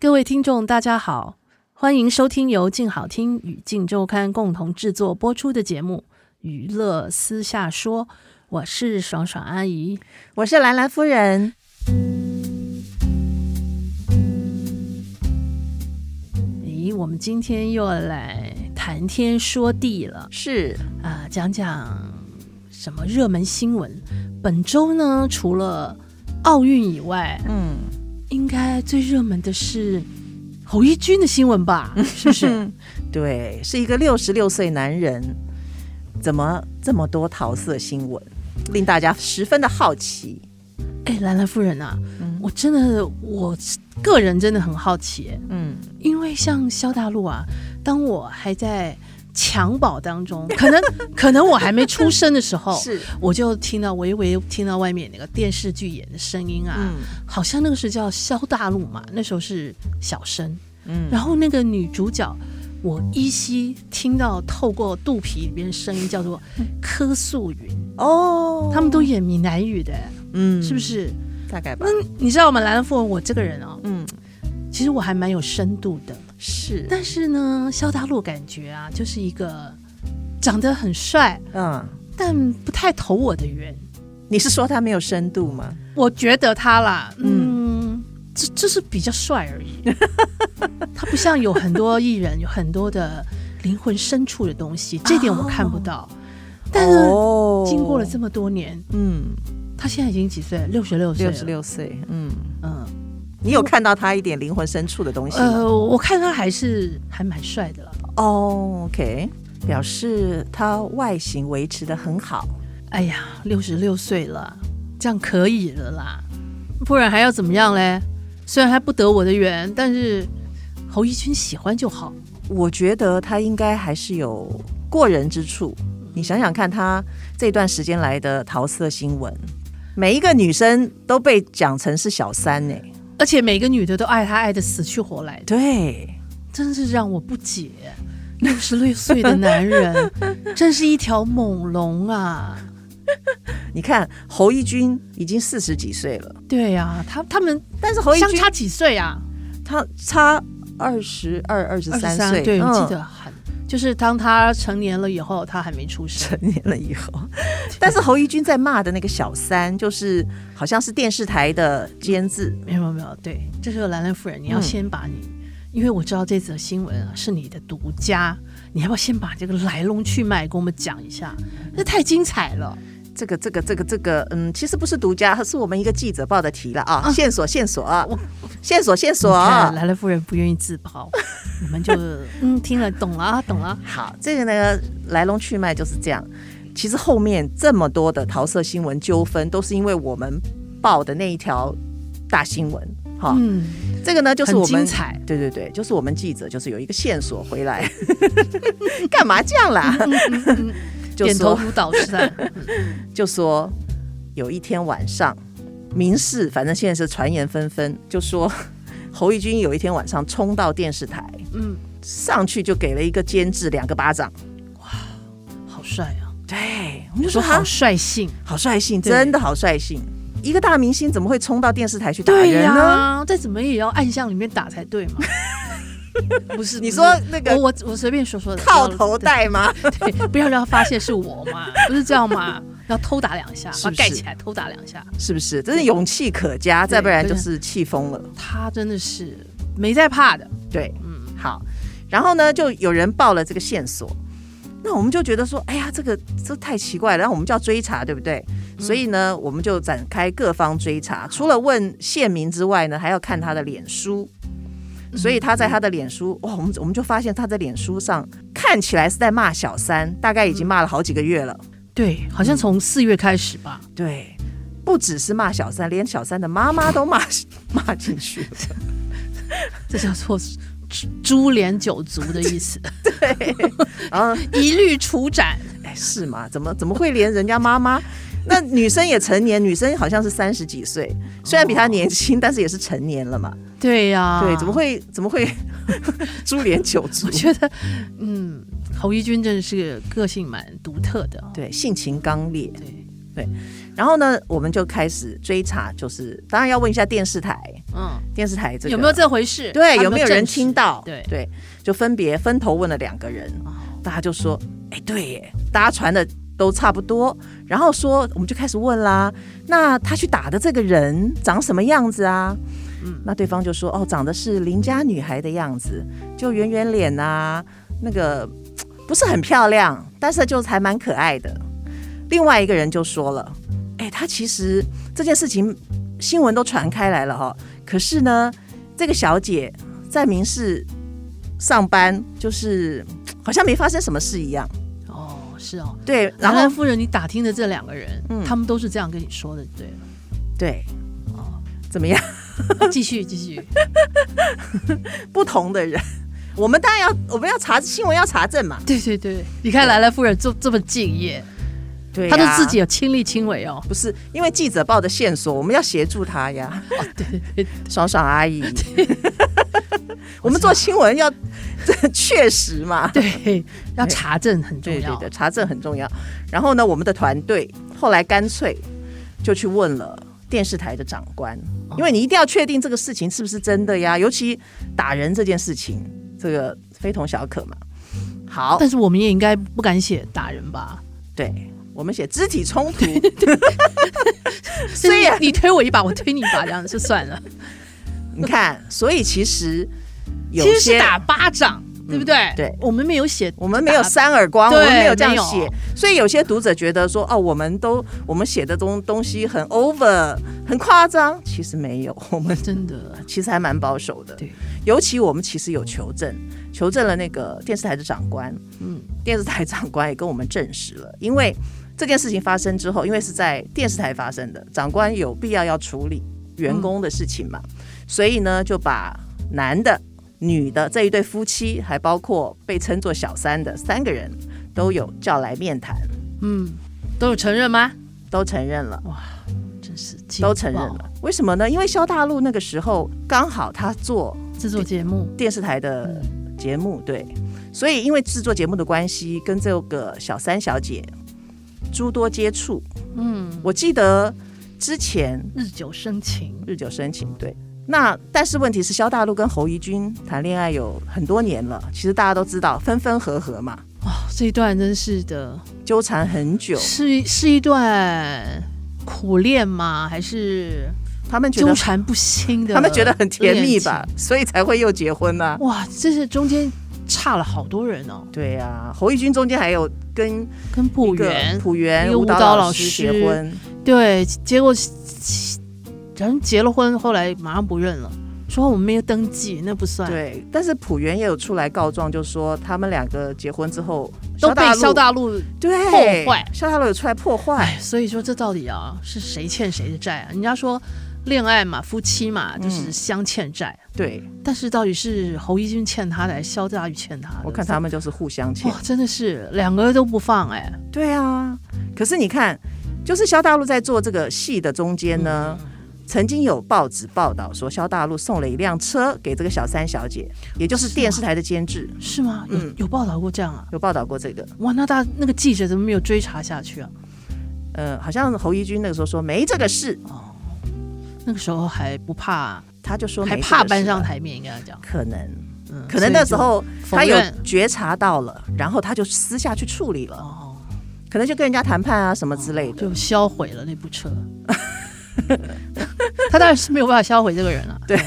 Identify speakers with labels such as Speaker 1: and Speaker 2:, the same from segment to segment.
Speaker 1: 各位听众，大家好，欢迎收听由静好听与静周刊共同制作播出的节目《娱乐私下说》，我是爽爽阿姨。
Speaker 2: 我是兰兰夫人。
Speaker 1: 咦，哎我们今天又来谈天说地了
Speaker 2: 是，
Speaker 1: 啊、讲讲什么热门新闻？本周呢，除了奥运以外，
Speaker 2: 嗯，
Speaker 1: 应该最热门的是侯一军的新闻吧？是不是？
Speaker 2: 嗯对，是一个六十六岁男人，怎么这么多桃色新闻，令大家十分的好奇。
Speaker 1: 哎、兰兰夫人啊，我真的，我个人真的很好奇、
Speaker 2: 嗯，
Speaker 1: 因为像萧大陆啊，当我还在襁褓当中，可能 可能我还没出生的时候，
Speaker 2: 是，
Speaker 1: 我就听到微微听到外面那个电视剧演的声音啊，
Speaker 2: 嗯
Speaker 1: 好像那个是叫萧大陆嘛，那时候是小生，
Speaker 2: 嗯，
Speaker 1: 然后那个女主角，我依稀听到透过肚皮里边的声音叫做柯素云，
Speaker 2: 哦，
Speaker 1: 他们都演闽南语的，
Speaker 2: 嗯
Speaker 1: 是不？是？
Speaker 2: 大概吧
Speaker 1: 那。你知道我们兰兰夫人我这个人哦，
Speaker 2: 嗯，
Speaker 1: 其实我还蛮有深度的，
Speaker 2: 是，
Speaker 1: 但是呢，萧大陆感觉啊，就是一个长得很帅，
Speaker 2: 嗯，
Speaker 1: 但不太投我的缘。
Speaker 2: 你是说他没有深度吗？
Speaker 1: 我觉得他啦，嗯，这就是比较帅而 已。他不像有很多艺人有很多的灵魂深处的东西，这点我看不到。但是、
Speaker 2: 哦
Speaker 1: 经过了这么多年，
Speaker 2: 嗯，
Speaker 1: 他现在已经几岁？六十六岁。
Speaker 2: 六十。六岁，嗯，
Speaker 1: 嗯，
Speaker 2: 你有看到他一点灵魂深处的东西吗？
Speaker 1: 呃，我看他还是还蛮帅的了。
Speaker 2: 哦，OK，表示他外形维持的很好。
Speaker 1: 哎呀，六十六岁了，这样可以了啦，不然还要怎么样嘞？虽然还不得我的缘，但是侯一军喜欢就好。
Speaker 2: 我觉得他应该还是有过人之处。你想想看，他这段时间来的桃色新闻，每一个女生都被讲成是小三呢、
Speaker 1: 而且每个女的都爱他爱的死去活来的，
Speaker 2: 对，
Speaker 1: 真是让我不解。六十六岁的男人，真是一条猛龙啊！
Speaker 2: 你看侯一军已经四十几岁了，
Speaker 1: 对呀、啊，他他们
Speaker 2: 但是侯一
Speaker 1: 相
Speaker 2: 军
Speaker 1: 差几岁啊？
Speaker 2: 他差二十二、二十三岁，
Speaker 1: 对，
Speaker 2: 嗯
Speaker 1: 我记得很，就是当他成年了以后，他还没出生。
Speaker 2: 成年了以后，但是侯一军在骂的那个小三，就是好像是电视台的监制，
Speaker 1: 没有没有，对，这时候兰兰夫人，你要
Speaker 2: 嗯
Speaker 1: 先把你，因为我知道这则新闻啊是你的独家，你要不要先把这个来龙去脉给我们讲一下？这太精彩了。
Speaker 2: 这个这个这个这个，嗯，其实不是独家，它是我们一个记者报的题了啊，
Speaker 1: 啊
Speaker 2: 线索线索啊
Speaker 1: 我，
Speaker 2: 线索线索
Speaker 1: 啊，
Speaker 2: 啊。
Speaker 1: 兰兰夫人不愿意自 曝，你们就嗯听了懂了啊，懂了。
Speaker 2: 好，这个呢来龙去脉就是这样。其实后面这么多的桃色新闻纠纷，都是因为我们报的那一条大新闻。哈，
Speaker 1: 嗯，
Speaker 2: 这个呢就是我
Speaker 1: 很
Speaker 2: 们
Speaker 1: 精彩
Speaker 2: 对对对，就是我们记者就是有一个线索回来， 干嘛这样啦？
Speaker 1: 嗯
Speaker 2: 就
Speaker 1: 点头
Speaker 2: 说
Speaker 1: 如捣 蒜。
Speaker 2: 就说有一天晚上，民事反正现在是传言纷纷，就说 侯义军有一天晚上冲到电视台
Speaker 1: 嗯，
Speaker 2: 上去，就给了一个监制两个巴掌。
Speaker 1: 好帅啊，
Speaker 2: 对，我们就
Speaker 1: 说
Speaker 2: 说
Speaker 1: 好
Speaker 2: 好
Speaker 1: 率性。
Speaker 2: 好率性，
Speaker 1: 对
Speaker 2: 真的好率性。一个大明星怎么会冲到电视台去打
Speaker 1: 对
Speaker 2: 人
Speaker 1: 呀、
Speaker 2: 呢？
Speaker 1: 再怎么也要暗巷里面打才对嘛。不是，
Speaker 2: 你
Speaker 1: 不是
Speaker 2: 说那个
Speaker 1: 我我我随便说说的，
Speaker 2: 套头带吗？
Speaker 1: 对，不要让他发现是我嘛， 不是这样嘛？要偷打两下，
Speaker 2: 是
Speaker 1: 把
Speaker 2: 不是
Speaker 1: 盖起来，偷打两下。
Speaker 2: 是不是？真是勇气可嘉，
Speaker 1: 对
Speaker 2: 再不然就是气疯了。
Speaker 1: 他真的是没在怕的，
Speaker 2: 对，
Speaker 1: 嗯，
Speaker 2: 好。然后呢，就有人报了这个线索，那我们就觉得说，哎呀，这个这太奇怪了，然后我们就要追查，对不对？所以呢，我们就展开各方追查，除了问县民之外呢，还要看他的脸书。所以他在他的脸书，哇，我们我们就发现他在脸书上看起来是在骂小三，大概已经骂了好几个月了。
Speaker 1: 对，好像从四月开始吧，
Speaker 2: 对，不只是骂小三，连小三的妈妈都骂 骂进去了。
Speaker 1: 这叫做株株连九族的意 思，
Speaker 2: 然后
Speaker 1: 一律处斩。
Speaker 2: 哎，是吗？怎么怎么会连人家妈妈？那女生也成年，女生好像是三十几岁，虽然比
Speaker 1: 哦
Speaker 2: 她年轻，但是也是成年了嘛。
Speaker 1: 对呀、
Speaker 2: 对，怎么？会怎么会 株连九族
Speaker 1: 啊我？觉得，嗯，侯一军真的是个性蛮独特的哦。
Speaker 2: 对，性情刚烈。
Speaker 1: 对，
Speaker 2: 然后呢，我们就开始追查，就是当然要问一下电视台，
Speaker 1: 嗯，
Speaker 2: 电视台这个
Speaker 1: 有没有这回事？
Speaker 2: 对
Speaker 1: 他
Speaker 2: 有没有人
Speaker 1: 证实
Speaker 2: 听？到？
Speaker 1: 对
Speaker 2: 对，就分别分头问了两个人，
Speaker 1: 哦
Speaker 2: 大家就说：“哎，对耶，大家传的都差不多。”然后说，我们就开始问啦：“那他去打的这个人长什么样子啊？”
Speaker 1: 嗯
Speaker 2: 那对方就说：“哦，长得是邻家女孩的样子，就圆圆脸啊，那个嘖不是很漂亮，但是就是还蛮可爱的。”另外一个人就说了：“哎，他其实这件事情新闻都传开来了哈、可是呢，这个小姐在民事上班，就是嘖好像没发生什么事一样。
Speaker 1: 哦，是哦。
Speaker 2: 对，然
Speaker 1: 然后
Speaker 2: 后
Speaker 1: 夫人，你打听的这两个人，
Speaker 2: 嗯
Speaker 1: 他们都是这样跟你说的， 对吗？
Speaker 2: 对
Speaker 1: 哦，
Speaker 2: 怎么样？
Speaker 1: 继续，继续。
Speaker 2: 不同的人，我们当然要我们要查新闻要查证嘛。
Speaker 1: 对对对，你看莱莱夫人这这么敬业，
Speaker 2: 对
Speaker 1: 她
Speaker 2: 呀
Speaker 1: 都自己有亲力亲为哦。
Speaker 2: 不是因为记者报的线索，我们要协助他 呀。
Speaker 1: 对哦对对，
Speaker 2: 爽爽 阿姨， 我们做新闻要 确实嘛。
Speaker 1: 对，要查证很重
Speaker 2: 对对
Speaker 1: 要。
Speaker 2: 对，查证很重要。然后呢，我们的团队后来干脆就去问了电视台的长官，
Speaker 1: 哦
Speaker 2: 因为你一定要确定这个事情是不是真的呀，尤其打人这件事情，这个非同小可嘛。好，
Speaker 1: 但是我们也应该不敢写打人吧？
Speaker 2: 对我们写肢体冲 突，
Speaker 1: 所
Speaker 2: 虽
Speaker 1: 以
Speaker 2: 然
Speaker 1: 你推我一把，我推你一把，这样就算了。
Speaker 2: 你看，所以其实有
Speaker 1: 其实是
Speaker 2: 些嗯
Speaker 1: 打巴掌，对不对？
Speaker 2: 对
Speaker 1: 我们没有写，
Speaker 2: 我们没有扇耳光，我
Speaker 1: 对
Speaker 2: 们没有这样
Speaker 1: 没
Speaker 2: 写
Speaker 1: 有，
Speaker 2: 所以有些读者觉得说，哦，我们都我们写的东东西很 over，很夸张，其实没有，我们
Speaker 1: 真的
Speaker 2: 其实还蛮保守的。
Speaker 1: 对，
Speaker 2: 尤其我们其实有求证，求证了那个电视台的长官，
Speaker 1: 嗯
Speaker 2: 嗯，电视台长官也跟我们证实了，因为这件事情发生之后，因为是在电视台发生的，长官有必要要处理员工的事情嘛，所以呢，就把男的、女的这一对夫妻，还包括被称作小三的三个人，都有叫来面谈，
Speaker 1: 嗯，都有承认吗？
Speaker 2: 都承认了。
Speaker 1: 真是
Speaker 2: 都承认
Speaker 1: 劲爆
Speaker 2: 了，为什么呢？因为萧大陆那个时候刚好他做
Speaker 1: 制作节目，
Speaker 2: 电视台的节目，对，所以因为制作节目的关系，跟这个小三小姐诸多接触。
Speaker 1: 嗯，
Speaker 2: 我记得之前
Speaker 1: 日久生情，
Speaker 2: 日久生情，对。那但是问题是，萧大陆跟侯怡君谈恋爱有很多年了，其实大家都知道，分分合合嘛，
Speaker 1: 哇，这一段真是的，
Speaker 2: 纠缠很久。
Speaker 1: 是是一段苦恋吗？还是
Speaker 2: 他们觉
Speaker 1: 纠
Speaker 2: 得
Speaker 1: 缠不清的？
Speaker 2: 他们觉得很甜蜜吧，？所以才会又结婚呢、
Speaker 1: 哇，这是中间差了好多人哦，
Speaker 2: 对呀、侯怡君中间还有跟
Speaker 1: 跟
Speaker 2: 一
Speaker 1: 朴
Speaker 2: 个
Speaker 1: 元
Speaker 2: 朴
Speaker 1: 一
Speaker 2: 元
Speaker 1: 个
Speaker 2: 舞
Speaker 1: 舞蹈
Speaker 2: 蹈
Speaker 1: 老
Speaker 2: 老
Speaker 1: 师
Speaker 2: 师结婚，
Speaker 1: 对，结果人结了婚，后来马上不认了，说我们没有登记，那不算。，
Speaker 2: 对，但是朴元也有出来告状，就说他们两个结婚之后
Speaker 1: 都被
Speaker 2: 萧
Speaker 1: 萧
Speaker 2: 大陆
Speaker 1: 大陆
Speaker 2: 对
Speaker 1: 破坏
Speaker 2: 萧大陆有出来破坏，
Speaker 1: 哎，所以说这到底啊是谁欠谁的债啊？人家说恋爱嘛，夫妻嘛，就是相欠债，
Speaker 2: 对
Speaker 1: 但是到底是侯一军欠他的，还是萧大宇欠他的？
Speaker 2: 我看他们就是互相欠
Speaker 1: 哇，，真的是两个都不放哎、
Speaker 2: 对啊。可是你看，就是萧大陆在做这个戏的中间呢，
Speaker 1: 嗯
Speaker 2: 曾经有报纸报道说萧大陆送了一辆车给这个小三小姐，也就是
Speaker 1: 是
Speaker 2: 电
Speaker 1: 吗
Speaker 2: 视台的监制
Speaker 1: 是吗？有、
Speaker 2: 嗯
Speaker 1: 有报道过这样啊？
Speaker 2: 有报道过这个。
Speaker 1: 哇，那大那个记者怎么没有追查下去啊？
Speaker 2: 呃，好像侯怡君那个时候说没这个事，
Speaker 1: 那个时候还不怕，
Speaker 2: 他就说没
Speaker 1: 还
Speaker 2: 这
Speaker 1: 怕
Speaker 2: 个
Speaker 1: 搬
Speaker 2: 事
Speaker 1: 上
Speaker 2: 吧，
Speaker 1: 台面，应该讲，
Speaker 2: 可能。
Speaker 1: 嗯，
Speaker 2: 可能那时候
Speaker 1: 所
Speaker 2: 他
Speaker 1: 以就
Speaker 2: 有
Speaker 1: 否认
Speaker 2: 觉察到了，然后他就私下去处理了，
Speaker 1: 哦，
Speaker 2: 可能就跟人家谈判啊什么之类的。
Speaker 1: 就销毁了那部车。 他当然是没有办法销毁这个人了、
Speaker 2: 对，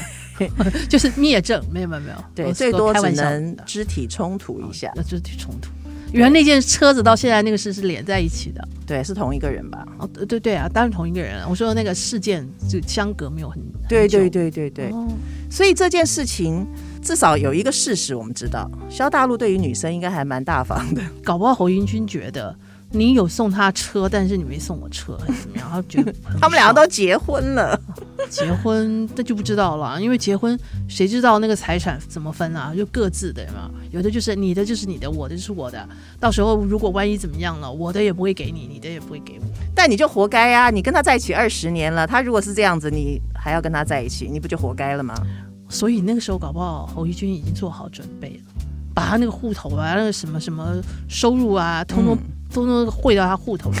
Speaker 1: 就是灭证，没有没有没有，
Speaker 2: 对，
Speaker 1: 我
Speaker 2: 最多
Speaker 1: 哦开
Speaker 2: 只
Speaker 1: 玩笑哦
Speaker 2: 能
Speaker 1: 的
Speaker 2: 肢体冲突一下。
Speaker 1: 那就是冲突。原来那件车子到现在那个事是连在一起的，
Speaker 2: 对，是同一个人吧？
Speaker 1: 哦，对对对啊，当然同一个人啊。我说那个事件就相隔没有很，很
Speaker 2: 对
Speaker 1: 久
Speaker 2: 对对对对。
Speaker 1: 哦
Speaker 2: 所以这件事情至少有一个事实我们知道，萧大陆对于女生应该还蛮大方的。
Speaker 1: 搞不好侯云军觉得你有送他车，但是你没送我车，还是怎么样？他觉得很
Speaker 2: 他们两
Speaker 1: 爽
Speaker 2: 个都结婚了，
Speaker 1: 哦结婚，那就不知道 了，因为结婚谁知道那个财产怎么分啊？就各自的嘛，有的就是你的就是你的，我的就是我的。到时候如果万一怎么样了，我的也不会给你，你的也不会给我。
Speaker 2: 但你就活该啊！你跟他在一起二十年了，他如果是这样子，你还要跟他在一起，你不就活该了吗？
Speaker 1: 所以那个时候搞不好侯一军已经做好准备了，把他那个户头啊，那个什么什么收入啊，通通、通通汇到他户头里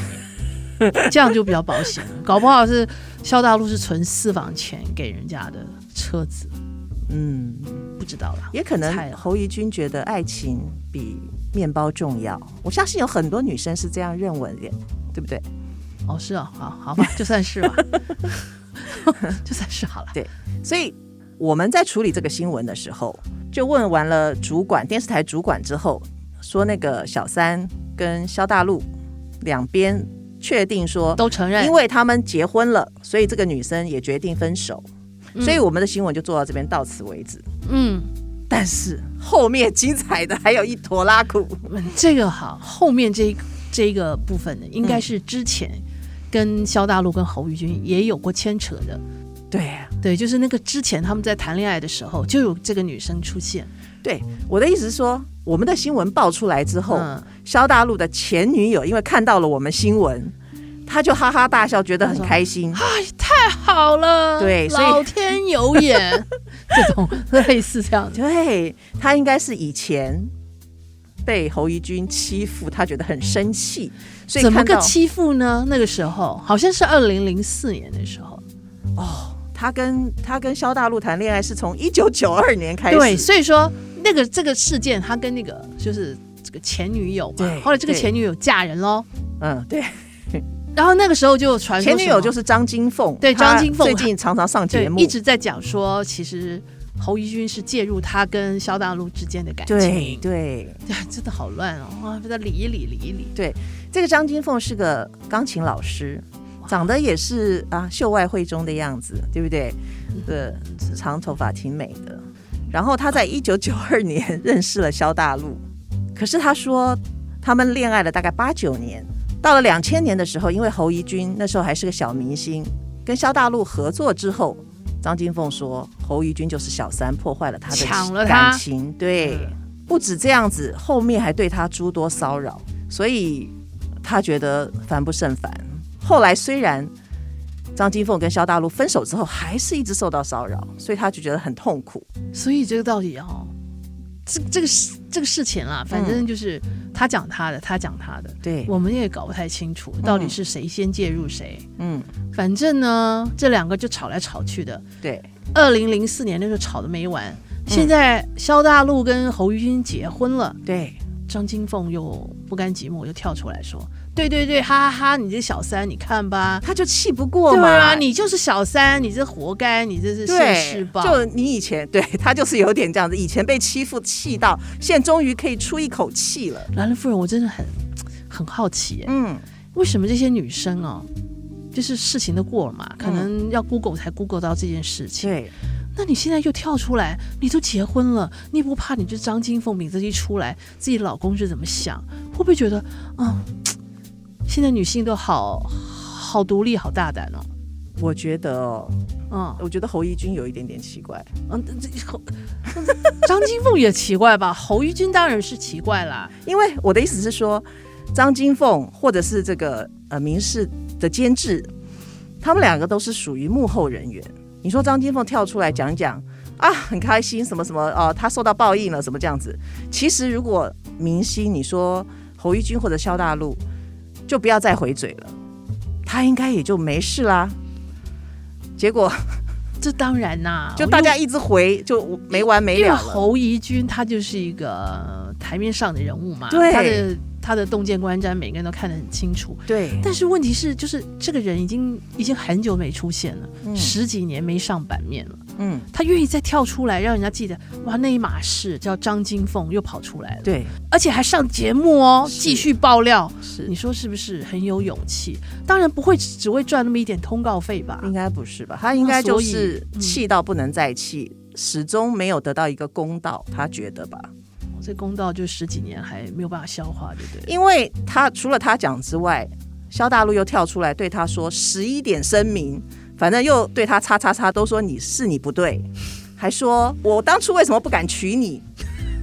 Speaker 1: 面，这样就比较保险。搞不好是肖大陆是存私房钱给人家的车子，
Speaker 2: 嗯，
Speaker 1: 不知道啦。
Speaker 2: 也
Speaker 1: 菜
Speaker 2: 可能
Speaker 1: 了
Speaker 2: 侯怡君觉得爱情比面包重要，我相信有很多女生是这样认为的，对不对？
Speaker 1: 哦，是哦，好好吧，就算是 吧，就算是好了。
Speaker 2: 所以我们在处理这个新闻的时候，就问完了主管电视台主管之后，说那个小三跟肖大陆两边确定说，
Speaker 1: 都承认，
Speaker 2: 因为他们结婚了，所以这个女生也决定分手，
Speaker 1: 嗯
Speaker 2: 所以我们的新闻就做到这边，到此为止。
Speaker 1: 嗯，
Speaker 2: 但是后面精彩的还有一坨拉苦，
Speaker 1: 嗯这个好，后面这一这一个部分呢，应
Speaker 2: 嗯
Speaker 1: 该是之前跟肖大陆跟侯宇君也有过牵扯的。
Speaker 2: 对呀、
Speaker 1: 对，啊就是那个之前他们在谈恋爱的时候，就有这个女生出 现。
Speaker 2: 对，我的意思是说，我们的新闻爆出来之后，
Speaker 1: 嗯，
Speaker 2: 肖大陆的前女友因为看到了我们新闻，她就哈哈大笑，觉得很开心。
Speaker 1: 好了，
Speaker 2: 对所以
Speaker 1: 老天有 眼，这种类似这样的，
Speaker 2: 对，她应该是以前被侯怡君欺负，她觉得很生气，所以
Speaker 1: 怎么
Speaker 2: 看
Speaker 1: 个
Speaker 2: 到
Speaker 1: 欺负呢？那个时候好像是二零零四年的时候，
Speaker 2: 她跟她跟肖大陆谈恋爱是从一九九二年开始。
Speaker 1: 对，所以说那个这个事件，他跟那个就是这个前女友嘛
Speaker 2: 对，
Speaker 1: 后来这个
Speaker 2: 对
Speaker 1: 前女友嫁人喽，
Speaker 2: 嗯，对，
Speaker 1: 然后那个时候就传说
Speaker 2: 前女友就是是张金凤，
Speaker 1: 对
Speaker 2: 她
Speaker 1: 张金凤
Speaker 2: 最近常常上
Speaker 1: 对
Speaker 2: 节目，
Speaker 1: 一直在讲说，其实侯怡君是介入他跟萧大陆之间的感情，
Speaker 2: 对对。
Speaker 1: 对， 真的好乱哦，哇，不知道理一理理一理，
Speaker 2: 这个张金凤是个钢琴老师，长得也是啊秀外慧中的样子，对不对？对，长头发挺美的。然后她在一九九二年认识了萧大陆，可是她说他们恋爱了大概八九年，到了两千年的时候，因为侯怡君那时候还是个小明星，跟萧大陆合作之后。张金凤说：“侯怡君就是小三，破坏了他
Speaker 1: 抢
Speaker 2: 的
Speaker 1: 了
Speaker 2: 感
Speaker 1: 她
Speaker 2: 情。对，
Speaker 1: 嗯
Speaker 2: 不止这样子，后面还对他诸多骚扰，所以他觉得烦不胜烦。后来虽然张金凤跟萧大陆分手之后，还是一直受到骚扰，所以他就觉得很痛苦。
Speaker 1: 所以这个到底哦，这这个事这个事情啦，反正就是他讲他的，他讲他的，
Speaker 2: 嗯对，
Speaker 1: 我们也搞不太清楚到底是谁先介入谁，
Speaker 2: 嗯，
Speaker 1: 反正呢，这两个就吵来吵去的，
Speaker 2: 对，
Speaker 1: 二零零四年那时候吵得没完，现在萧大陆跟侯玉君结婚了，
Speaker 2: 对，
Speaker 1: 张金凤又不甘寂寞，又跳出来说：“对对对，哈哈哈，你这小三，你看吧，
Speaker 2: 他就气不过
Speaker 1: 对
Speaker 2: 嘛。
Speaker 1: 啊，你就是小三，你这活该，你这是现世
Speaker 2: 对，
Speaker 1: 报。”
Speaker 2: 就你以前对他就是有点这样子，以前被欺负气到，现在终于可以出一口气了。
Speaker 1: 兰兰夫人，我真的很很好奇耶，
Speaker 2: 嗯，
Speaker 1: 为什么这些女生哦，就是事情都过了嘛，可能要 Google 才 Google 到这件事情。
Speaker 2: 对，
Speaker 1: 那你现在又跳出来，你都结婚了，你也不怕你这张金凤名字一出来，自己老公是怎么想？会不会觉得，嗯，现在女性都好好独立、好大胆
Speaker 2: 我觉得哦，
Speaker 1: 哦？
Speaker 2: 我觉得侯怡君有一点点奇怪。
Speaker 1: 嗯嗯，这侯张金凤也奇怪吧？侯玉君当然是奇怪啦，
Speaker 2: 因为我的意思是说，张金凤或者是这个呃民视的监制，他们两个都是属于幕后人员。你说张金凤跳出来讲讲啊，很开心什么什么哦、他受到报应了什么这样子。其实如果明星，你说侯玉君或者萧大陆，就不要再回嘴了，他应该也就没事啦。结果
Speaker 1: 这当然啦，
Speaker 2: 就
Speaker 1: 因为
Speaker 2: 大家一直回，就没完没
Speaker 1: 因为
Speaker 2: 了了。
Speaker 1: 侯怡君她就是一个台面上的人物嘛，
Speaker 2: 对
Speaker 1: 她的她的洞见观瞻，每个人都看得很清楚。
Speaker 2: 对，
Speaker 1: 但是问题是，就是这个人已经已经很久没出现了，
Speaker 2: 嗯
Speaker 1: 十几年没上版面了。
Speaker 2: 嗯，
Speaker 1: 他愿意再跳出来，让人家记得哇，那一码事叫张金凤又跑出来了，
Speaker 2: 对，
Speaker 1: 而且还上节目哦，
Speaker 2: 是
Speaker 1: 继续爆料。
Speaker 2: 是
Speaker 1: 你说是不是很有勇气？当然不会只只会赚那么一点通告费吧？
Speaker 2: 应该不是吧？他应该就
Speaker 1: 啊所以
Speaker 2: 是
Speaker 1: 嗯
Speaker 2: 气到不能再气，始终没有得到一个公道，他觉得吧？
Speaker 1: 这公道就十几年还没有办法消化，对不对？
Speaker 2: 因为他除了他讲之外，萧大陆又跳出来对他说十一点声明，反正又对他叉叉叉都说你是你不对，还说我当初为什么不敢娶你，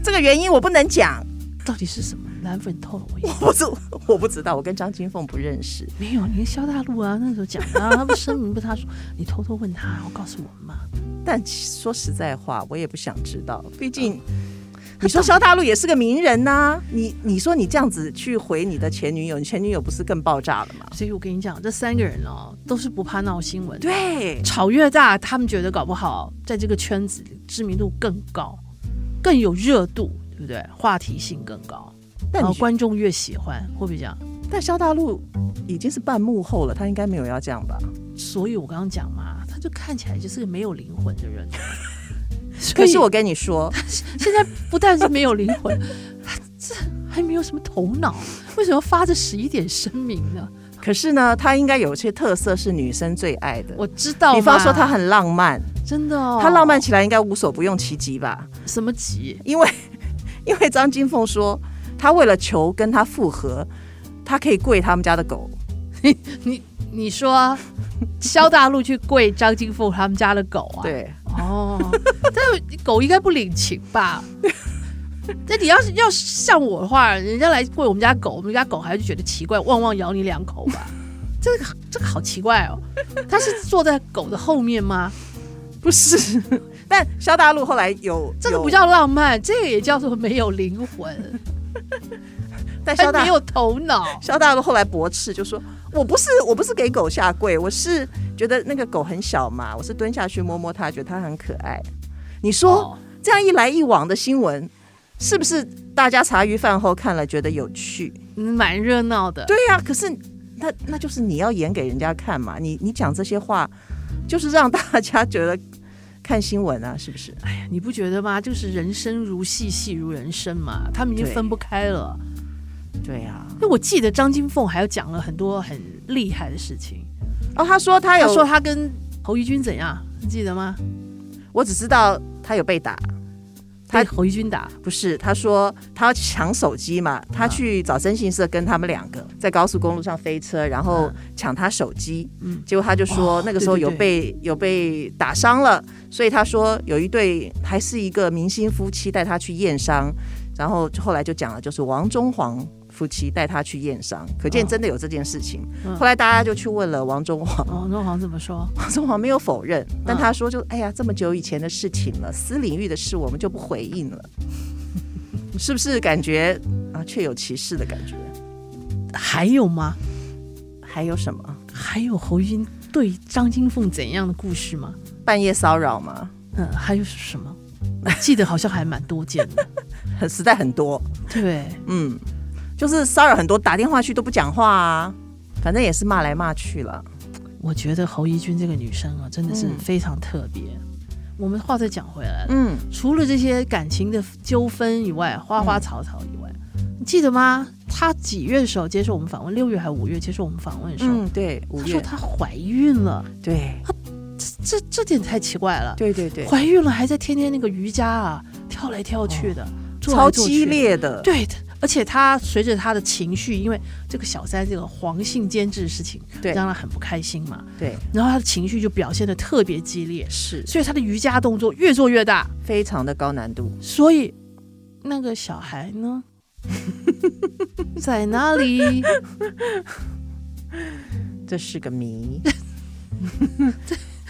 Speaker 2: 这个原因我不能讲，
Speaker 1: 到底是什么？蓝粉透了我眼。
Speaker 2: 我不我不知道，我跟张金凤不认识。
Speaker 1: 没有，你萧大陆啊，那时候讲的啊，他不声明不，他说你偷偷问他，然后告诉我嘛。
Speaker 2: 但其实说实在话，我也不想知道，毕竟。
Speaker 1: 嗯
Speaker 2: 你说萧大陆也是个名人呐、你你说你这样子去回你的前女友，你前女友不是更爆炸了吗？
Speaker 1: 所以我跟你讲，这三个人哦，都是不怕闹新闻。，
Speaker 2: 对，
Speaker 1: 吵越大，他们觉得搞不好在这个圈子里知名度更高，更有热度，对不对？话题性更高，
Speaker 2: 但
Speaker 1: 然后
Speaker 2: 你
Speaker 1: 观众越喜欢，会不会这样？
Speaker 2: 但萧大陆已经是半幕后了，他应该没有要这样吧？
Speaker 1: 所以我刚刚讲嘛，他就看起来就是个没有灵魂的 人。所
Speaker 2: 可
Speaker 1: 以
Speaker 2: 是我跟你说，
Speaker 1: 现在不但是没有灵魂， 他这还没有什么头脑，为什么发这十一点声明呢？
Speaker 2: 可是呢，他应该有些特色是女生最爱的。
Speaker 1: 我知道嘛，
Speaker 2: 比方说他很浪漫，
Speaker 1: 真的哦，
Speaker 2: 他浪漫起来应该无所不用其极吧？
Speaker 1: 什么急？
Speaker 2: 因为 因为张金凤说，他为了求跟他复合，他可以跪他们家的狗。
Speaker 1: 你你说 萧大陆去跪张金凤他们家的狗啊？
Speaker 2: 对，
Speaker 1: 哦，但狗应该不领情吧？ 那你要是要是像我的话，人家来跪我们家狗，我们家狗还是觉得奇怪，汪汪咬你两口吧？ 这个这个好奇怪哦，它是坐在狗的后面吗？
Speaker 2: 不是。 但萧大陆后来有
Speaker 1: 这个
Speaker 2: 有
Speaker 1: 不叫浪漫，这个也叫做没有灵魂，
Speaker 2: 哎但萧
Speaker 1: 还
Speaker 2: 大
Speaker 1: 哎没有头脑。
Speaker 2: 萧大陆后来驳斥，就说：“我不是我不是给狗下跪，我是觉得那个狗很小嘛，我是蹲下去摸摸它，觉得它很可爱。”你说、
Speaker 1: 哦
Speaker 2: 这样一来一往的新闻，是不是大家茶余饭后看了觉得有趣？
Speaker 1: 嗯，蛮热闹的。
Speaker 2: 对呀、可是那那就是你要演给人家看嘛，你你讲这些话，就是让大家觉得看新闻啊，是不是？
Speaker 1: 你不觉得吗？就是人生如戏，戏如人生嘛，他们已经
Speaker 2: 对
Speaker 1: 分不开了。
Speaker 2: 对呀、
Speaker 1: 那我记得张金凤还有讲了很多很厉害的事情，
Speaker 2: 哦，他说他
Speaker 1: 她
Speaker 2: 有，
Speaker 1: 说她跟侯怡君怎样，你记得吗？
Speaker 2: 我只知道他有被打。她
Speaker 1: 被侯怡君打，
Speaker 2: 不是，他说他要抢手机
Speaker 1: 啊
Speaker 2: 嘛，他去找征信社跟他们两个在高速公路上飞车，然后抢他手机。
Speaker 1: 啊嗯
Speaker 2: 结果他就说
Speaker 1: 哦
Speaker 2: 那个时候
Speaker 1: 对
Speaker 2: 有
Speaker 1: 对
Speaker 2: 被有被打伤了，所以他说有一对还是一个明星夫妻带他去验伤，然后后来就讲了，就是王中煌。夫妻带他去验伤，可见
Speaker 1: 嗯
Speaker 2: 真的有这件事情。
Speaker 1: 嗯
Speaker 2: 后来大家就去问了王中煌，
Speaker 1: 哦，那好像怎么说？
Speaker 2: 王中煌没有否认，
Speaker 1: 嗯
Speaker 2: 但他说就哎呀，这么久以前的事情了，私领域的事我们就不回应了， 是不是感觉啊确有其事的感觉？
Speaker 1: 还有吗？
Speaker 2: 还有什么
Speaker 1: 还有侯怡君对张金凤怎样的故事吗？
Speaker 2: 半夜骚扰吗？
Speaker 1: 嗯，还有什么？我记得好像还蛮多见 的，
Speaker 2: 很实在很多，
Speaker 1: 对，
Speaker 2: 嗯，就是骚扰很多，打电话去都不讲话啊，反正也是骂来骂去了。
Speaker 1: 我觉得侯怡君这个女生啊，真的是
Speaker 2: 嗯
Speaker 1: 非常特别。我们话再讲回来了，
Speaker 2: 嗯，
Speaker 1: 除了这些感情的纠纷以外，花花草草以外，你记得吗？她几月的时候接受我们访问？六月还是五月接受我们访问的时候，
Speaker 2: 嗯，对，五
Speaker 1: 她说
Speaker 2: 月，
Speaker 1: 她怀孕了，
Speaker 2: 对，
Speaker 1: 这这点太奇怪了。
Speaker 2: 对对对，
Speaker 1: 怀孕了还在天天那个瑜伽啊，跳来跳去的，做来
Speaker 2: 哦超
Speaker 1: 做
Speaker 2: 激
Speaker 1: 去的。
Speaker 2: 烈的，
Speaker 1: 对，而且她随着她的情绪，因为这个小三这个黄姓监制的事情，
Speaker 2: 对
Speaker 1: 让她很不开心嘛。
Speaker 2: 对，
Speaker 1: 然后她的情绪就表现的特别激烈，
Speaker 2: 是
Speaker 1: 所以她的瑜伽动作越做越大，
Speaker 2: 非常的高难度。
Speaker 1: 所以那个小孩 呢，在哪里？
Speaker 2: 这是个 谜。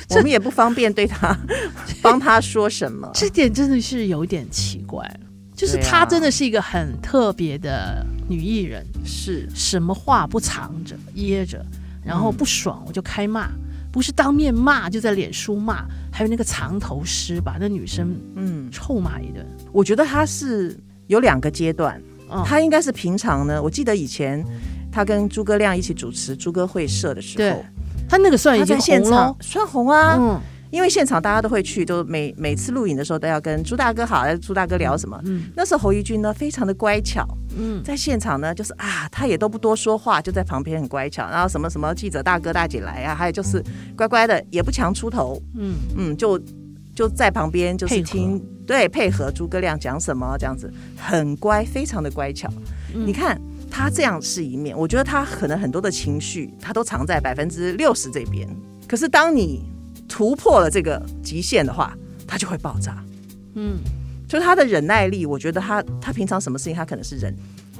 Speaker 2: 我们也不方便对他 帮他说什么。
Speaker 1: 这点真的是有点奇怪，就是
Speaker 2: 对啊
Speaker 1: 她真的是一个很特别的女艺人，
Speaker 2: 是嗯
Speaker 1: 什么话不藏着掖着，然后不爽我就开骂。不是当面骂，就在脸书骂，还有那个藏头诗，把那女生
Speaker 2: 嗯，
Speaker 1: 臭骂一顿。
Speaker 2: 我觉得他是有两个阶段，
Speaker 1: 嗯
Speaker 2: 他应该是平常呢。我记得以前他跟诸葛亮一起主持诸葛会社的时候
Speaker 1: 对，，她那个算
Speaker 2: 他
Speaker 1: 已经
Speaker 2: 在现
Speaker 1: 红
Speaker 2: 场
Speaker 1: 了。
Speaker 2: 算红啊，
Speaker 1: 嗯
Speaker 2: 因为现场大家都会去，都每每次录影的时候都要跟朱大哥好，朱大哥聊什么。
Speaker 1: 嗯
Speaker 2: 那时候侯怡君呢非常的乖巧，
Speaker 1: 嗯，
Speaker 2: 在现场呢，就是啊，他也都不多说话，就在旁边很乖巧。然后什么什么记者大哥大姐来啊，还有就是乖乖的，也不强出头，
Speaker 1: 嗯，
Speaker 2: 嗯，就就在旁边就是
Speaker 1: 配合
Speaker 2: 听对，配合诸葛亮讲什么这样子，很乖，非常的乖巧。
Speaker 1: 嗯
Speaker 2: 你看他这样是一面，我觉得他可能很多的情绪，他都藏在百分之六十这边。可是当你突破了这个极限的话，他就会爆炸。
Speaker 1: 嗯，
Speaker 2: 就是他的忍耐力，我觉得他他平常什么事情他可能是忍，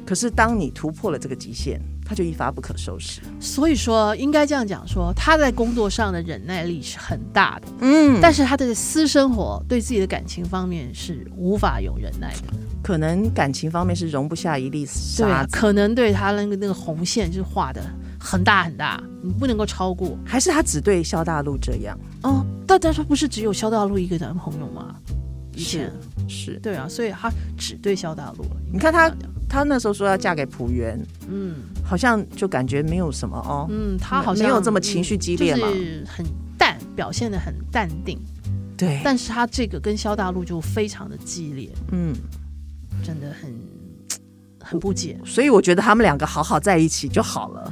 Speaker 2: 可是当你突破了这个极限，他就一发不可收拾。
Speaker 1: 所以说应该这样讲说，他在工作上的忍耐力是很大的，
Speaker 2: 嗯但
Speaker 1: 但是他的私生活对自己的感情方面是无法有忍耐的，
Speaker 2: 可能感情方面是容不下一粒
Speaker 1: 对
Speaker 2: 沙
Speaker 1: 啊，
Speaker 2: 子，
Speaker 1: 可能对他那个那个红线就是画的很大很大，你不能够超过。
Speaker 2: 还是他只对萧大陆这样？
Speaker 1: 哦，但但是不是只有萧大陆一个男朋友吗？以前
Speaker 2: 是
Speaker 1: 对啊，所以他只对萧大陆了。
Speaker 2: 你看他
Speaker 1: 应该这样讲，
Speaker 2: 他那时候说要嫁给朴元，
Speaker 1: 嗯
Speaker 2: 好像就感觉没有什么哦。
Speaker 1: 嗯，他
Speaker 2: 没
Speaker 1: 好像
Speaker 2: 没有这么情绪激烈嘛
Speaker 1: 就是很淡，表现的很淡定。
Speaker 2: 对，
Speaker 1: 但是他这个跟萧大陆就非常的激烈，
Speaker 2: 嗯，
Speaker 1: 真的很很不解。
Speaker 2: 所以我觉得他们两个好好在一起就好了，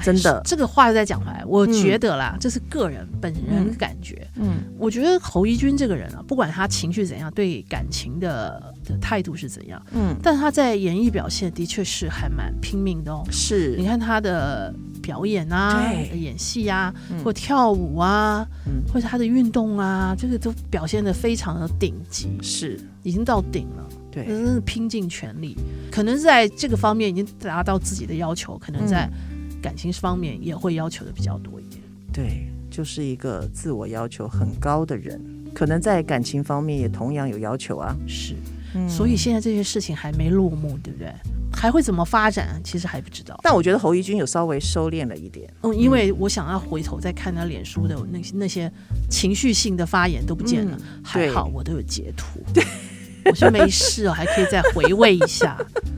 Speaker 2: 真的
Speaker 1: 哎。这个话又再讲回来，我
Speaker 2: 嗯
Speaker 1: 觉得啦，这是个人本人
Speaker 2: 嗯
Speaker 1: 感觉。
Speaker 2: 嗯，
Speaker 1: 我觉得侯一军这个人啊，不管他情绪怎样，对感情的的态度是怎样，
Speaker 2: 嗯，
Speaker 1: 但他在演艺表现的确是还蛮拼命的哦。
Speaker 2: 是
Speaker 1: 你，看他的表演啊，
Speaker 2: 对
Speaker 1: 演戏啊，
Speaker 2: 嗯
Speaker 1: 或跳舞啊，
Speaker 2: 嗯
Speaker 1: 或者他的运动啊，这个都表现的非常的顶级，
Speaker 2: 是，
Speaker 1: 已经到顶了。
Speaker 2: 对，
Speaker 1: 真的是拼尽全力，可能在这个方面已经达到自己的要求，可能在
Speaker 2: 嗯
Speaker 1: 感情方面也会要求的比较多一点。
Speaker 2: 对，就是一个自我要求很高的人，可能在感情方面也同样有要求啊。
Speaker 1: 是，
Speaker 2: 嗯
Speaker 1: 所以现在这些事情还没落幕，对不对？还会怎么发展，其实还不知道。
Speaker 2: 但我觉得侯怡君有稍微收敛了一点，
Speaker 1: 嗯，因为我想要回头再看他脸书的那些那些情绪性的发言都不见了，还
Speaker 2: 嗯对
Speaker 1: 好我都有截图。 我说没事哦，还可以再回味一下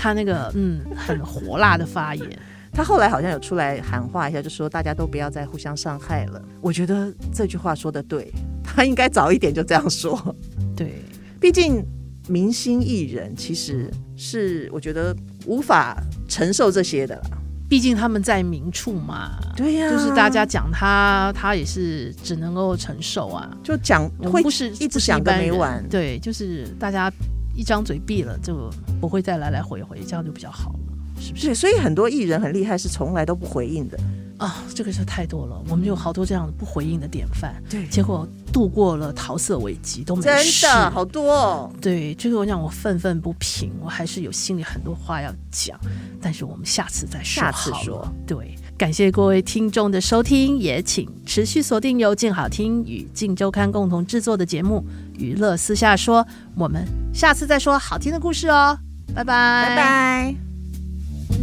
Speaker 1: 他那个嗯很火辣的发言。
Speaker 2: 他后来好像有出来喊话一下，就说大家都不要再互相伤害了。我觉得这句话说的对，他应该早一点就这样说。
Speaker 1: 对，
Speaker 2: 毕竟明星艺人其实是我觉得无法承受这些的啦。
Speaker 1: 毕竟他们在明处嘛，
Speaker 2: 对啊呀
Speaker 1: 就是大家讲他，他也是只能够承受啊，
Speaker 2: 就讲
Speaker 1: 我
Speaker 2: 会
Speaker 1: 们不是
Speaker 2: 一
Speaker 1: 不
Speaker 2: 直
Speaker 1: 是
Speaker 2: 讲
Speaker 1: 一
Speaker 2: 个
Speaker 1: 般
Speaker 2: 没
Speaker 1: 人
Speaker 2: 完。
Speaker 1: 对，就是大家一张嘴闭了，就不会再来来回回，这样就比较好了，是不是
Speaker 2: 对，？所以很多艺人很厉害，是从来都不回应的。
Speaker 1: 啊，这个是太多了，我们有好多这样不回应的典范，
Speaker 2: 对
Speaker 1: 结果度过了桃色危机都没
Speaker 2: 真
Speaker 1: 事。
Speaker 2: 的好多、哦。
Speaker 1: 对，这个让我愤愤不平，我还是有心里很多话要讲，但是我们下次再说
Speaker 2: 下次
Speaker 1: 好了
Speaker 2: 说。
Speaker 1: 对，感谢各位听众的收听，也请持续锁定由静好听与静周刊共同制作的节目《娱乐私下说》，我们下次再说好听的故事哦，拜拜，
Speaker 2: 拜。拜。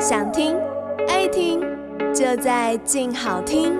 Speaker 3: 想听爱听，就在静好听。